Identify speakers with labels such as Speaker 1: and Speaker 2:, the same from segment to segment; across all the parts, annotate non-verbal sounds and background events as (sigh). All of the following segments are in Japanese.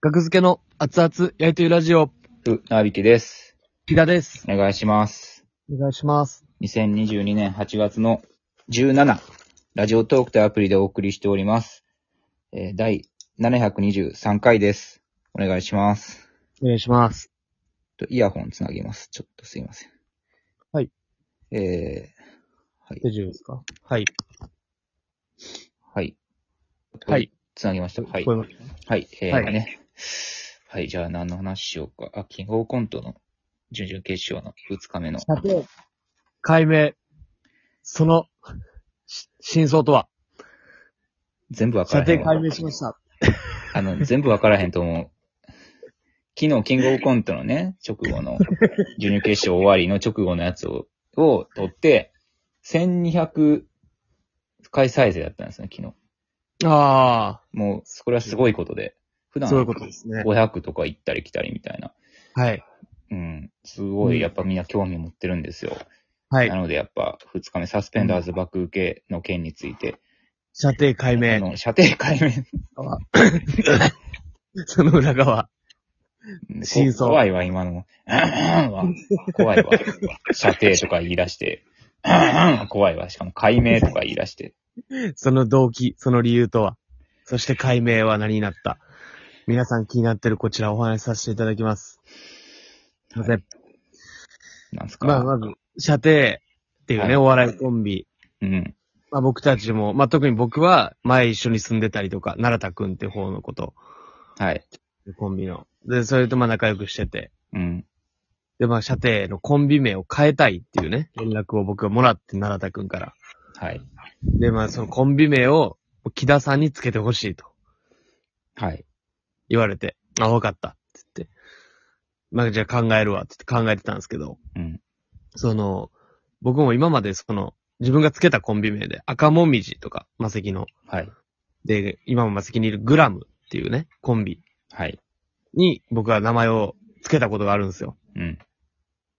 Speaker 1: 学付けの熱々焼いてるラジオ、
Speaker 2: う、なびきです。
Speaker 1: 木田です。
Speaker 2: お願いします。
Speaker 1: お願いします。
Speaker 2: 2022年8月の17、ラジオトークというアプリでお送りしております。えー第723回です。お願いします。
Speaker 1: お願いします。
Speaker 2: とイヤホンつなげます。ちょっとすいません。
Speaker 1: はい。
Speaker 2: えー、はい。
Speaker 1: 大丈夫ですかはい。
Speaker 2: はい。
Speaker 1: はい。
Speaker 2: つなげました。はい
Speaker 1: 聞こ。えます
Speaker 2: はい。えー
Speaker 1: はい
Speaker 2: ね。はい。じゃあ何の話しようか。あ、キングオブコントの準々決勝の2日目の。
Speaker 1: さて、解明。その、し真相とは、
Speaker 2: 全部わか
Speaker 1: 射
Speaker 2: らへん
Speaker 1: 程
Speaker 2: わ
Speaker 1: 解明しました。
Speaker 2: あの、全部わからへんと思う。昨日、キングオブコントのね、直後の、準々決勝終わりの直後のやつを、を撮って、1200回再生だったんですね、昨日。
Speaker 1: あ
Speaker 2: もう、これはすごいことで。普
Speaker 1: あ、
Speaker 2: 段、
Speaker 1: そういうことですね。
Speaker 2: 500とか行ったり来たりみたいな。
Speaker 1: はい。
Speaker 2: うん。すご
Speaker 1: うん
Speaker 2: い、やっぱみんな興味持ってるんですよ。
Speaker 1: は。
Speaker 2: ないので、やっぱ、2日目、サスペンダーズ爆受けの件について、
Speaker 1: 射程解明。
Speaker 2: あの、射程解明
Speaker 1: その裏側。
Speaker 2: うん
Speaker 1: 真相
Speaker 2: こ怖いわ、今の。 (laughs) は怖いわ。射程とか言い出して。 (laughs) 怖いわ。しかも解明とか言い出して。
Speaker 1: その動機、その理由とは。そして解明は何になった。皆さん気になってるこちらお話しさせていただきます。すいません。
Speaker 2: なんすか。
Speaker 1: まあ、まず、射程っていうね、
Speaker 2: はい
Speaker 1: お笑いコンビ。
Speaker 2: うん。
Speaker 1: まあ僕たちも、まあ特に僕は、前一緒に住んでたりとか、奈良田くんって方のこと、
Speaker 2: はい。
Speaker 1: コンビの。で、それとまあ仲良くしてて。
Speaker 2: うん。
Speaker 1: で、まあ射程のコンビ名を変えたいっていうね、連絡を僕がもらって、奈良田くんから。
Speaker 2: はい。
Speaker 1: で、まあそのコンビ名を、木田さんにつけてほしいと
Speaker 2: はい。
Speaker 1: 言われて、あ、わかった。って言って。まあじゃあ考えるわ、って言って考えてたんですけど、
Speaker 2: うん。
Speaker 1: その、僕も今までその、自分がつけたコンビ名で、赤もみじとか、マセキの、
Speaker 2: はい。
Speaker 1: で、今もマセキにいるグラムっていうね、コンビ
Speaker 2: はい。
Speaker 1: に僕は名前を付けたことがあるんですよ。
Speaker 2: うん。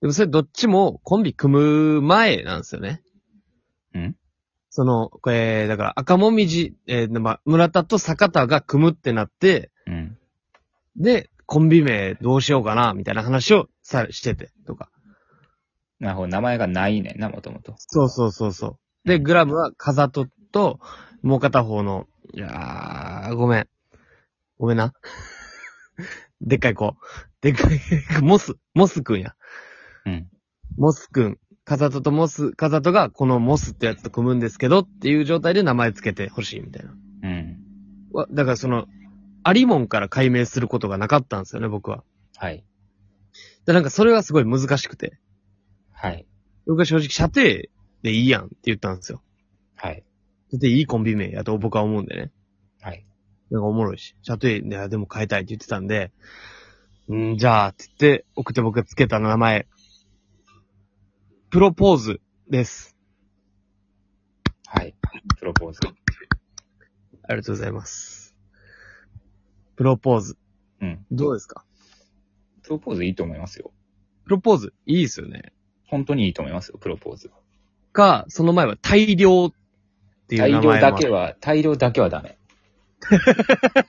Speaker 1: でもそれどっちもコンビ組む前なんですよね。
Speaker 2: うん
Speaker 1: その、これ、だから赤もみじ、えーまあ、村田と坂田が組むってなって、
Speaker 2: うん。
Speaker 1: で、コンビ名どうしようかな、みたいな話をさ、してて、とか。
Speaker 2: なるほど。名前がないねんな、もともと。
Speaker 1: そうそうそうそう。で、グラムは風とと、もう片方の、いやー、ごめん。ごめんな。 (laughs) でっかい子。でっかい、 (laughs) モス、モスくんや。
Speaker 2: うん。
Speaker 1: モスくん、カザトとモス、カザトがこのモスってやつと組むんですけどっていう状態で名前つけてほしいみたいな。
Speaker 2: うん。
Speaker 1: わだからその、アリモンから解明することがなかったんですよね、僕は。
Speaker 2: はい。
Speaker 1: で、なんかそれがすごい難しくて。
Speaker 2: はい。
Speaker 1: 僕は正直、射程でいいやんって言ったんですよ。
Speaker 2: はい。
Speaker 1: で、いいコンビ名やと僕は思うんでね。
Speaker 2: はい。
Speaker 1: なんかおもろいし。射程で、いやでも変えたいって言ってたんで、んーじゃあ、って言って、送って僕がつけた名前。プロポーズです。
Speaker 2: はい。プロポーズ。
Speaker 1: ありがとうございます。プロポーズ。
Speaker 2: うん。
Speaker 1: どうですか
Speaker 2: プロポーズいいと思いますよ。
Speaker 1: プロポーズ、いいですよね。
Speaker 2: 本当にいいと思いますよ、プロポーズ。
Speaker 1: か、その前は大量っていう
Speaker 2: 大
Speaker 1: 名
Speaker 2: 量
Speaker 1: 前
Speaker 2: だけ
Speaker 1: は。
Speaker 2: は、大量だけはダメ。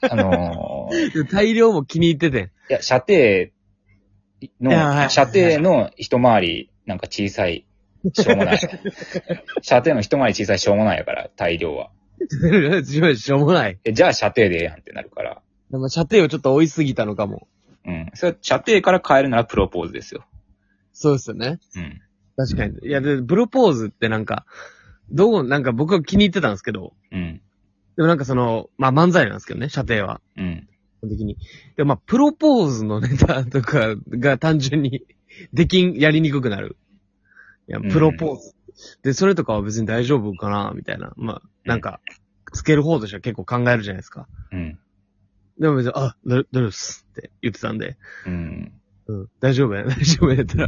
Speaker 2: あのー、
Speaker 1: (laughs) 大量も気に入ってて。 (laughs)
Speaker 2: いや、射程
Speaker 1: いやはい
Speaker 2: の、射程の一回りなんか小さい、しょう
Speaker 1: (laughs)
Speaker 2: もない。射程の一回り小さいしょうもないやから、大量は。
Speaker 1: 自分しょうもない。
Speaker 2: えじゃあ射程でええやんってなるから。
Speaker 1: でも射程をちょっと追いすぎたのかも。
Speaker 2: うん。それは射程から変えるならプロポーズですよ。
Speaker 1: そうですよね。
Speaker 2: うん。
Speaker 1: 確かに。いや、で、プロポーズってなんか、どう、なんか僕は気に入ってたんですけど、
Speaker 2: うん。
Speaker 1: でもなんかその、まあ漫才なんですけどね、射程は。
Speaker 2: うん。
Speaker 1: 基本的に。でもまあ、プロポーズのネタとかが単純に、 (laughs) できん、やりにくくなる。いや、
Speaker 2: うん
Speaker 1: プロポーズ。で、それとかは別に大丈夫かな、みたいな。まあ、なんか、つける方としては結構考えるじゃないですか。
Speaker 2: うん。
Speaker 1: でも別に、あ、だ大丈夫っすって言ってたんで、
Speaker 2: うん。
Speaker 1: うん、大丈夫や、 (laughs) 大丈夫やったら、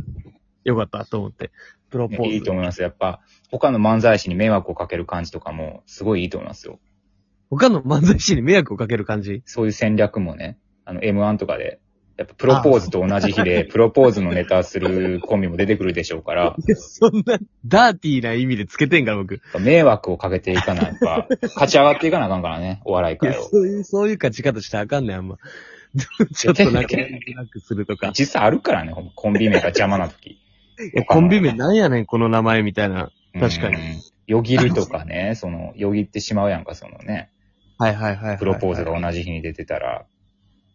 Speaker 1: よかったと思って、プロポーズ。
Speaker 2: いいと思います。やっぱ、他の漫才師に迷惑をかける感じとかも、すごいいいと思いますよ。
Speaker 1: 他の漫才師に迷惑をかける感じ。
Speaker 2: そういう戦略もね、あの、M1 とかで、やっぱプロポーズと同じ日で、プロポーズのネタするコンビも出てくるでしょうから、
Speaker 1: (laughs)
Speaker 2: や
Speaker 1: そんな、ダーティーな意味でつけてんから、僕。い
Speaker 2: っぱ迷惑をかけていかない、やっ
Speaker 1: (laughs)
Speaker 2: ぱ、勝ち上がっていかなあかんからね、お笑い
Speaker 1: や、
Speaker 2: 界を。
Speaker 1: そういう、そういう勝ち方したらあかんねん、あんま。 (laughs) ちょっと仲良くするとか。
Speaker 2: 実際あるからね、ほんまコンビ名が邪魔な時。
Speaker 1: いやコンビ名なんやねん、この名前みたいな。 (laughs) 確かに
Speaker 2: うん。よぎるとかね、その、よぎってしまうやんか、そのね、
Speaker 1: はいはいはいはい。
Speaker 2: プロポーズが同じ日に出てたら、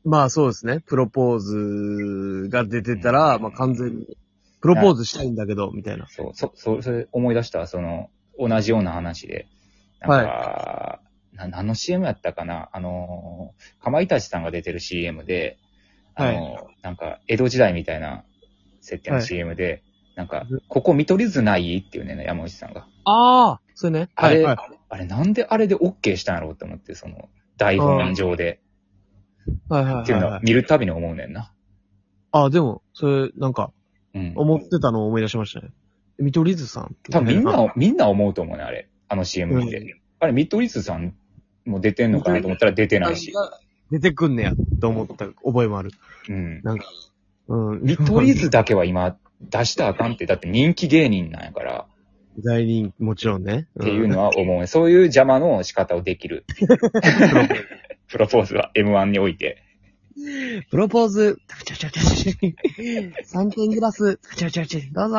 Speaker 1: まあそうですね。プロポーズが出てたら、
Speaker 2: うん
Speaker 1: まあ完全に、プロポーズしたいんだけど、みたいな。
Speaker 2: そう、そ、そ、それ思い出した、その、同じような話で。なんか、な何の CM やったかなあのー、かまいたちさんが出てる CM で、あのーなんか、江戸時代みたいな設定の
Speaker 1: はい
Speaker 2: CM で、なんか
Speaker 1: うん、
Speaker 2: ここ見取り図ないっていうね、山内さんが。
Speaker 1: ああそれね。
Speaker 2: あ
Speaker 1: はい
Speaker 2: れ、
Speaker 1: はい。
Speaker 2: あれ、なんであれで OK したんやろうって思って、その、台本上で。
Speaker 1: はいはい
Speaker 2: っていう
Speaker 1: はい
Speaker 2: の
Speaker 1: は。
Speaker 2: はい見るたびに思うねんな。
Speaker 1: ああ、でも、それ、なんか、
Speaker 2: うん。
Speaker 1: 思ってたのを思い出しましたね。見取り図さん。
Speaker 2: 多分みんな、みんな思うと思うね、あれ。あの CM 見て。
Speaker 1: うん
Speaker 2: あれ、見取り図さんも出てんのかなと思ったら出てないし。
Speaker 1: 出てくんねや、と思った覚えもある。
Speaker 2: うん。
Speaker 1: なんか、うん。
Speaker 2: 見取り図だけは今出したらあかんって、だって人気芸人なんやから、
Speaker 1: 大人気、もちろんね。
Speaker 2: っていうのは思うね。そういう邪魔の仕方をで
Speaker 1: (laughs)
Speaker 2: きる。
Speaker 1: うん
Speaker 2: プロポーズは M1 において。
Speaker 1: プロポー (laughs) ズ、ちょちょちょちょ3点グラス、ちょちょちょ、どうぞ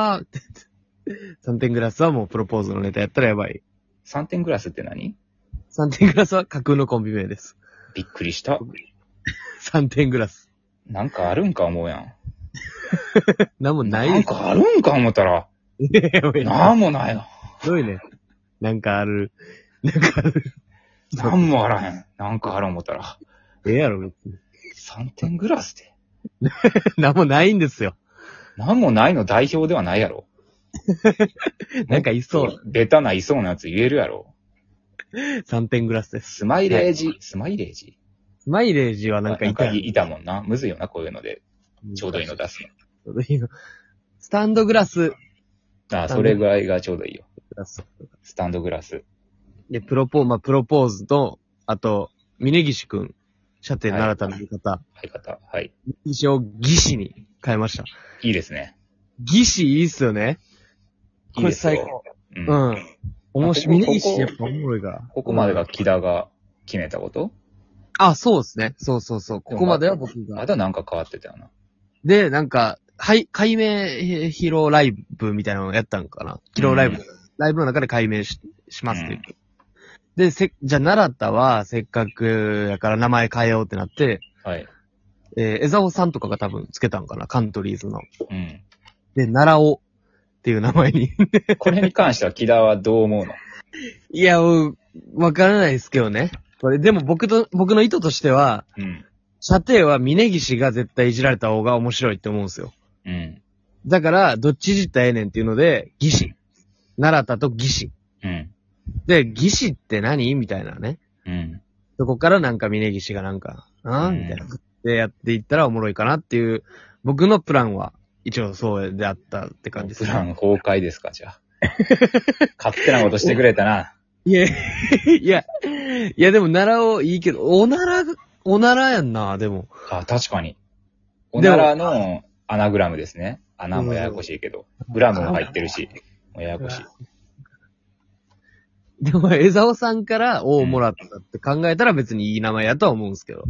Speaker 1: !3 点グラスはもうプロポーズのネタやったらやばい。
Speaker 2: 3点グラスって何
Speaker 1: 3点グラスは架空のコンビ名です。
Speaker 2: びっくりした。
Speaker 1: 3点グラス。
Speaker 2: なんかあるんか思うやん。
Speaker 1: なんもない
Speaker 2: な
Speaker 1: で
Speaker 2: ん
Speaker 1: す。
Speaker 2: かあるんか思ったら、
Speaker 1: (laughs)
Speaker 2: なんもないな。
Speaker 1: ひどいね。なんかある。なんかある。
Speaker 2: なんもあらへん。なんかある思ったら、
Speaker 1: ええやろ、別に。
Speaker 2: 3点グラスって。
Speaker 1: なんもないんですよ。
Speaker 2: なんもないの代表ではないや
Speaker 1: (laughs)
Speaker 2: ろ。
Speaker 1: なんかいそう。。
Speaker 2: ベタないそうなやつ言えるやろ。
Speaker 1: 3点グラスです。
Speaker 2: スマイレージ、スマイレージ。
Speaker 1: スマイレージはな
Speaker 2: なん
Speaker 1: んか
Speaker 2: か
Speaker 1: い
Speaker 2: い
Speaker 1: た
Speaker 2: た
Speaker 1: よね
Speaker 2: もんな。むずいよな、こういうので。ちょうどいいの出す
Speaker 1: ちょうどいいの。スタンドグラス。グ
Speaker 2: の。ああ、それぐらいがちょうどいいよ。
Speaker 1: ラス
Speaker 2: スタンドグラス。
Speaker 1: で、プロポー、まあ、プロポーズと、あと、峯岸くん、射程奈良田の味方、
Speaker 2: 相方。はい。
Speaker 1: 一応、義士に変えました。
Speaker 2: いいですね。
Speaker 1: 義士いいっすよね。こ
Speaker 2: いい
Speaker 1: れ
Speaker 2: ですよ
Speaker 1: 最高。
Speaker 2: う。
Speaker 1: うんん。面白い。
Speaker 2: ここ
Speaker 1: 峯岸やっぱおもろいから。
Speaker 2: ここまで
Speaker 1: う
Speaker 2: が
Speaker 1: ん。
Speaker 2: 木田が決めたこと
Speaker 1: あ、そうですね。そうそうそう。ここまでは僕
Speaker 2: ま
Speaker 1: が。
Speaker 2: だなんか変わってたよな。
Speaker 1: で、なんか、はい、解明披露ライブみたいなのをやったんかな。披露ライブ。
Speaker 2: うん
Speaker 1: ライブの中で解明ししますって言って。で、せ、じゃあ、奈良田は、せっかくやから名前変えようってなって、
Speaker 2: はい。
Speaker 1: えー、江沢さんとかが多分つけたんかな、カントリーズの。
Speaker 2: うん。
Speaker 1: で、奈良尾っていう名前に。
Speaker 2: これに関しては木田はどう思うの
Speaker 1: (laughs) いや、うんわからないですけどね。これ、でも僕と、僕の意図としては、
Speaker 2: うん。
Speaker 1: 射程は峯岸が絶対いじられた方が面白いって思うんですよ。
Speaker 2: うん。
Speaker 1: だから、どっちいじったらええねんっていうので、義士。奈良田と義士。
Speaker 2: うん。
Speaker 1: で、義士って何みたいなね。
Speaker 2: うん。
Speaker 1: そこからなんか峯岸がなんか、あ
Speaker 2: うん
Speaker 1: みたいな。で、やっていったらおもろいかなっていう、僕のプランは、一応そうであったって感じです
Speaker 2: プ
Speaker 1: ね。
Speaker 2: ラン崩壊ですか、じゃあ。勝手なことしてくれたな。
Speaker 1: いや、いや、いやでも奈良をいいけど、おなら、おならやんな、でも。
Speaker 2: あ、確かに。お
Speaker 1: でも
Speaker 2: ならのアナグラムですね。穴もややこしいけど。グラムも入ってるし、もうややこしい。
Speaker 1: でも、江沢さんからをもらったって考えたら別にいい名前やとは思うんですけど。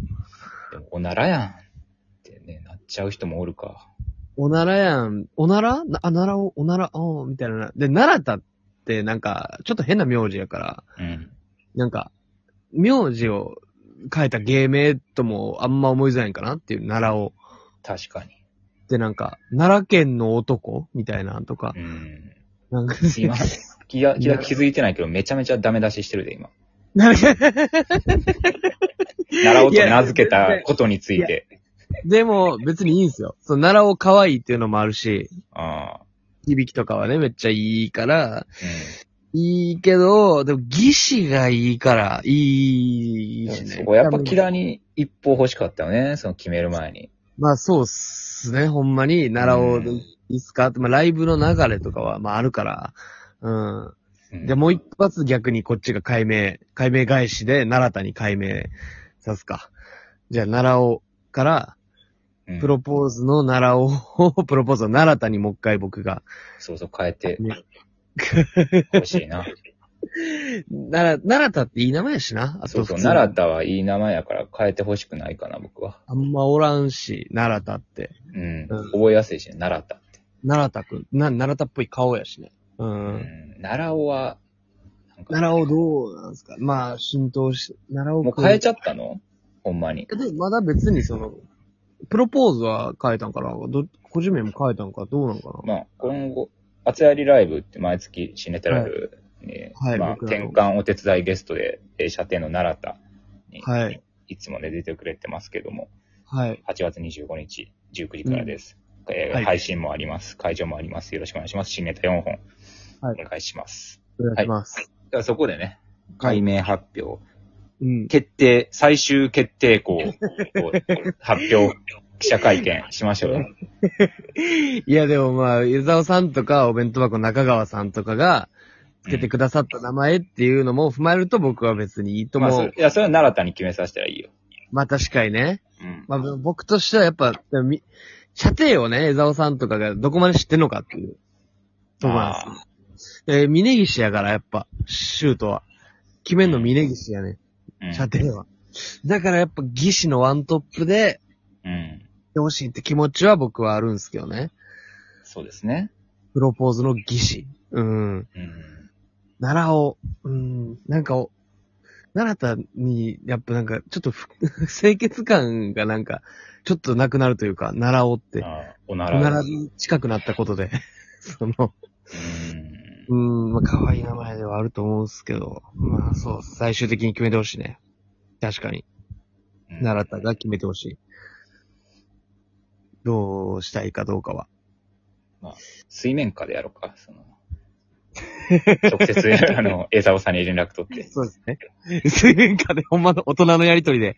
Speaker 2: でもおならやん。ってね、なっちゃう人もおるか。
Speaker 1: おならやん、おならなあ、奈良を、おなら、おーみたいな。で、奈良田ってなんか、ちょっと変な名字やから、
Speaker 2: うん。
Speaker 1: なんか、名字を変えた芸名ともあんま思いづらいんかなっていう、奈良を。
Speaker 2: 確かに。
Speaker 1: で、なんか、奈良県の男みたいなんとか
Speaker 2: う。ん。
Speaker 1: なんか、
Speaker 2: 今、気が、気が気づいてないけど、めちゃめちゃダメ出ししてるで、今。
Speaker 1: (laughs) 奈良
Speaker 2: ならおと名付けたことについて。
Speaker 1: でも、別にいいんですよ。そう、奈良を可愛いっていうのもあるし、
Speaker 2: ああ。
Speaker 1: 響きとかはね、めっちゃいいから、
Speaker 2: う
Speaker 1: いいけど、でも、義士がいいから、いいし
Speaker 2: ん。
Speaker 1: ね。
Speaker 2: そこやっぱ木田に一歩欲しかったよね、その決める前に。
Speaker 1: まあ、そうっすね、ほんまに、奈良を
Speaker 2: うん
Speaker 1: いいっすかって、まあ、ライブの流れとかは、まあ、あるから、うん。
Speaker 2: うん
Speaker 1: で、もう一発逆にこっちが解明、解明返しで、奈良田に解明さすか。じゃあ、奈良をから、
Speaker 2: うん
Speaker 1: プロポーズの奈良を、 (laughs) プロポーズの奈良田にもう一回僕が、
Speaker 2: そうそう、変
Speaker 1: (laughs)
Speaker 2: えて
Speaker 1: ね
Speaker 2: ほし
Speaker 1: (laughs)
Speaker 2: いな。
Speaker 1: 奈良、奈良田っていい名前やしな。あ
Speaker 2: そうそう、
Speaker 1: 普通
Speaker 2: 奈良田はいい名前やから変えてほしくないかな、僕は。
Speaker 1: あんまおらんし、奈良田って。
Speaker 2: うん。
Speaker 1: うん
Speaker 2: 覚えやすいしね、奈良田って。
Speaker 1: 奈良田くん、な、奈良田っぽい顔やしね。う。
Speaker 2: うんん。奈良尾は、なんか
Speaker 1: 奈良をどうなんですかまあ、浸透し、奈良を
Speaker 2: もう変えちゃったのほんまに。
Speaker 1: でもまだ別にその、プロポーズは変えたんかなど、個人名も変えたんかどうなんかな、
Speaker 2: まあ、今後、厚やりライブって毎月新ネタライブに、
Speaker 1: はい
Speaker 2: まあ、
Speaker 1: 僕らの
Speaker 2: 転換お手伝いゲストで、えー射程の奈良田に、
Speaker 1: はい。
Speaker 2: いつもね、出てくれてますけども、
Speaker 1: はい。
Speaker 2: 8月25日、19時からです。えー
Speaker 1: はい
Speaker 2: 配信もあります。会場もあります。よろしくお願いします。新ネタ4本、
Speaker 1: はい
Speaker 2: お願いします。
Speaker 1: お願いします。
Speaker 2: ではそこでね、
Speaker 1: はい
Speaker 2: 解明発表、
Speaker 1: うん。
Speaker 2: 決定、最終決定校を
Speaker 1: (laughs)
Speaker 2: 発表、記者会見しましょうよ。
Speaker 1: いや、でもまあ、湯沢さんとか、お弁当箱の中川さんとかが、つけてくださった名前っていうのも踏まえると僕は別にいいと
Speaker 2: ま
Speaker 1: 思
Speaker 2: あ、
Speaker 1: う。
Speaker 2: そ
Speaker 1: ま
Speaker 2: れいや、それは奈良田に決めさせたらいいよ。
Speaker 1: あ確かにね。
Speaker 2: うん。
Speaker 1: まあ僕としてはやっぱ、でもみ射程をね、江沢さんとかがどこまで知ってんのかっていう。とこなんですよ
Speaker 2: あ
Speaker 1: えー、峯岸やから、やっぱ、シュートは。決めんの峯岸やね、
Speaker 2: ーうん
Speaker 1: 射程は。だからやっぱ、義士のワントップで、
Speaker 2: うん。
Speaker 1: ってほしいって気持ちは僕はあるんですけどね。
Speaker 2: そうですね。
Speaker 1: プロポーズの義士。うん。
Speaker 2: うん。
Speaker 1: 奈良を、うん、なんかお、奈良田に、やっぱなんか、ちょっとふ、 (laughs) 清潔感がなんか、ちょっとなくなるというか、奈良をって、
Speaker 2: ああ、おなら。
Speaker 1: 奈良に近くなったことで、 (laughs) その、
Speaker 2: うん。
Speaker 1: うん、まあ、可愛い名前ではあると思うんですけど、まあ、そう、最終的に決めてほしいね。確かに。奈良田が決めてほしい。どうしたいかどうかは。
Speaker 2: 水面下でやろうか、その。直
Speaker 1: (laughs)
Speaker 2: 接、あの、江沢さんに連絡取って。
Speaker 1: そうですね。水面下でほんまの大人のやりとりで、